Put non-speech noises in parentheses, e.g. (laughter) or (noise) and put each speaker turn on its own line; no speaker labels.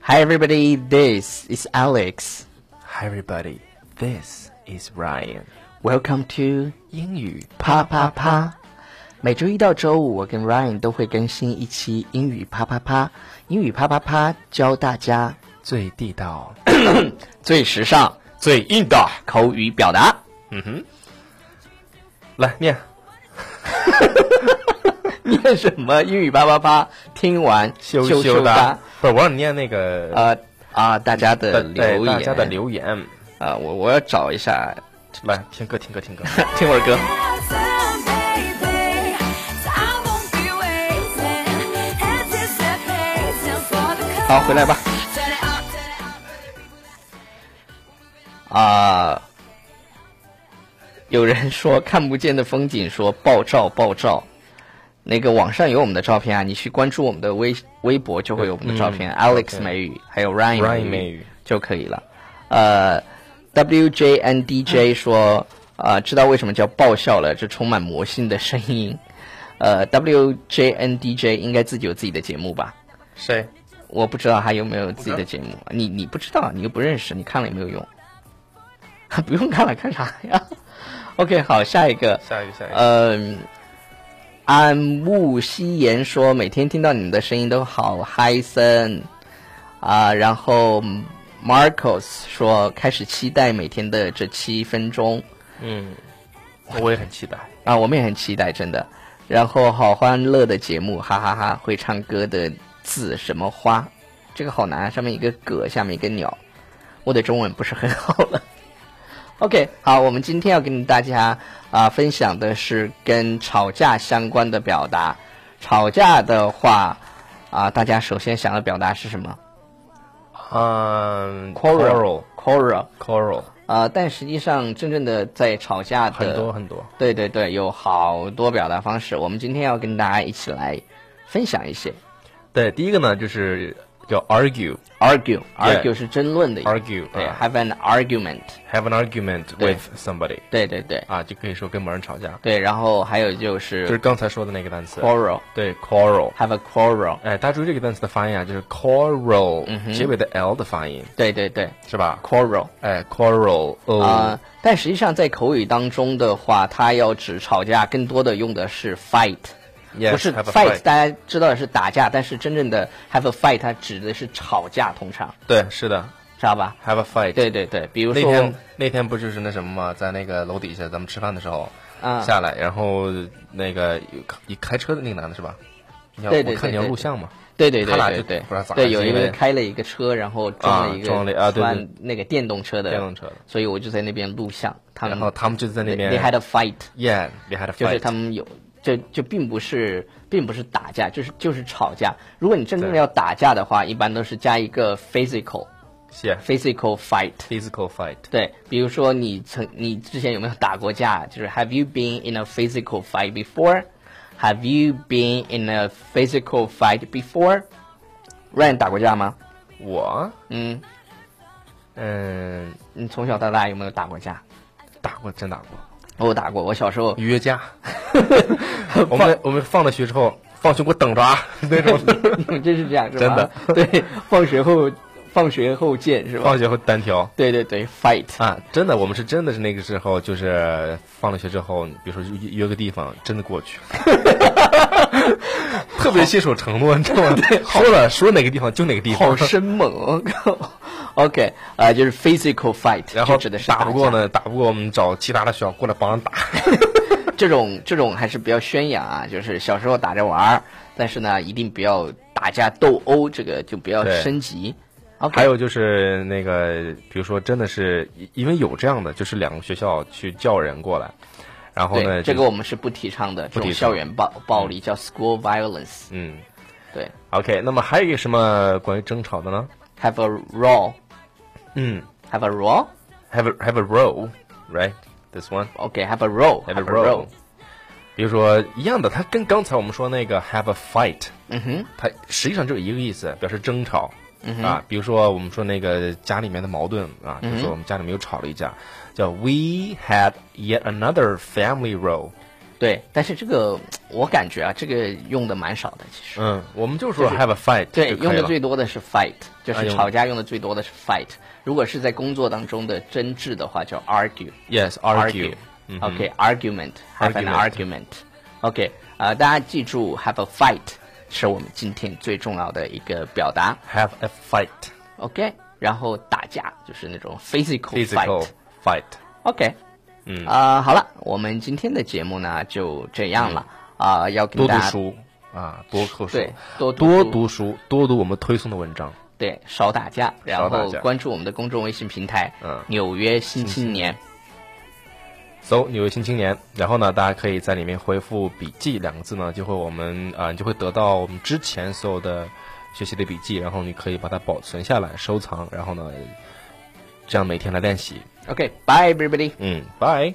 Hi everybody, this is Alex.
Hi everybody, this is Ryan.
Welcome to
英语
啪啪啪。每周一到周五，我跟 Ryan 都会更新一期英语啪啪啪。英语啪啪啪，教大家
最地道。
最时尚、
最硬的。
口语表达。
(coughs) 来念，
念什么？英语啪啪啪，听完
羞
羞
羞
答
答。。不是，我让你念那个
呃啊，大家的
呃对
留言，
大家的留言。
啊，我我要找一下， (laughs)
来，听歌，听歌，听歌。
听会儿歌。好，回来吧。啊、有人说看不见的风景说爆照爆照，那个网上有我们的照片啊，你去关注我们的微微博就会有我们的照片、a l e x 美语还有 Ryan
Ryan
美
美
语
语
就可以了。呃，WJNDJ 说啊、呃知道为什么叫爆笑了，这充满魔性的声音。呃，WJNDJ 应该自己有自己的节目吧？
谁？
我不知道他有没有自己的节目，你你不知道，你又不认识，你看了也没有用， (laughs) 不用看了，看啥呀？OK，好，下一个，
下一个，下一个。
嗯、安慕希言说，每天听到你们的声音都好嗨森啊，然后 Marcos 说，开始期待每天的这七分钟
嗯，我也很期待。
啊，我们也很期待，真的。然后好欢乐的节目，哈哈哈会唱歌的字什么花？这个好难啊，上面一个葛，下面一个鸟。我的中文不是很好了。OK，好，我们今天要跟大家啊、分享的是跟吵架相关的表达。吵架的话啊、大家首先想的表达是什么
嗯
Quarrel，
Coral，
啊，但实际上真正的在吵架的
很多很多。
对对对，有好多表达方式，我们今天要跟大家一起来分享一些。
对，第一个呢就是叫 argue，argue，have
Argue，argue
Yeah
是争论的意思。对
啊
，have an argument。
have an argument
对
with somebody
对对对
啊，就可以说跟某人吵架，
对，然后还有就
就是
是
刚才说的那个单词。
quarrel，have
对，coral。
a quarrel。
哎，大家注意这个单词的发音啊，就是 coral、结尾的 l 的发音，
对对对
是吧？
，quarrel。
哎，coral 哦、
啊、但实际上在口语当中的话，它要指吵架，更多的用的是 fight，
Yes，
不是
have a
fight，
fight
大家知道的是打架，但是真正的 have a fight，它指的是吵架，通常
对，是的
知道吧？
，have a fight。，
对对对，比如
那
说
天那天不就是那什么嘛，在那个楼底下咱们吃饭的时候、
啊，
下来，然后那个你开车的那个男的是吧？你要
对对
我看你
对
要
对
录
对
像嘛。
对对对
他俩
对
就
对
不知道，咋
对
了
有
是
一
因
个
为
开了一个车，然后装了一个
啊装了啊对对
穿那个电动车的
电动车的
所以我就在那边录像，他们
然后他们就在那
they-
边
they had a fight，
，yeah，they had a fight，
就是他们有就就并不是并不是打架，就是就是吵架。如果你真正
对
要打架的话，一般都是加一个 physical physical fight。
yeah，physical fight，
对，比如说你曾你之前有没有打过架？就是 Have you been in a physical fight before? Have you been in a physical fight before? Ryan 打过架吗？
我
嗯，
嗯
你从小到大有没有打过架？
打过，真打过，
我打过，我小时候
约架。
(laughs)
我们我们放了学之后，放学给我等着啊，
(laughs)
那种
你们真是这样是吧？
嗯真
的， (laughs) 对，放学后 (laughs) 放学后见是吧？
放学后单挑。
(laughs) 对对对，fight，
啊，真的，我们是真的是那个时候，就是放了学之后，比如说约约个地方，真的过去， (laughs) 特别信守承诺，你知道吗？说了说哪个地方就哪个地
好
方，
生猛哦！我靠 OK，呃，就是 physical fight，
然后
就指的是
打不过
架
呢，打不过我们找其他的学校过来帮
(laughs)
着打。
这种这种还是比较宣扬啊，就是小时候打着玩儿，但是呢，一定不要打架斗殴，这个就不要
对
升级。OK，
还有就是那个，比如说真的是因为有这样的，就是两个学校去叫人过来，然后
对
呢，
这
就
个我们是不提倡的，这种
提倡
校园暴暴力叫 school violence。
嗯
对
，OK，那么还有一个什么关于争吵的呢？
，have a row，have
嗯
a row。
，have a, have a row, right? This one.
OK，have、a row，have
have a row。比如说一样的，它跟刚才我们说那个 have a fight，
嗯哼，嗯
它实际上就是一个意思，表示争吵、啊。比如说我们说那个家里面的矛盾啊，比如说我们家里面又吵了一架，叫 we had yet another family row，
对，但是这个我感觉啊，这个用的蛮少的，其实。
嗯，我们就说
就是
have a fight
对，
就可以
用的
了
最多的是 fight，就
啊
是
用
吵架用的最多的是 fight。如果是在工作当中的争执的话，叫 argue。
yes argue，嗯哼
OK, argument. Have an
Argument
argument. OK，呃，大家记住，have a fight 是我们今天最重要的一个表达。
have a fight
OK，然后打架就是那种 physical
physical
fight。
fight，
OK，
嗯
啊、好了，我们今天的节目呢就这样了啊、要跟
嗯多
大
读
家
书啊，多读书
对，多读
多
书
读书，多读我们推送的文章。
对少打架，然
少打
后
架
关注我们的公众微信平台《
嗯
纽约新青年》。
搜“纽约新青年”，然后呢，大家可以在里面回复“笔记”两个字呢，就会我们啊、你就会得到我们之前所有的学习的笔记，然后你可以把它保存下来、收藏，然后呢，这样每天来练习。
OK，bye everybody。
嗯，拜。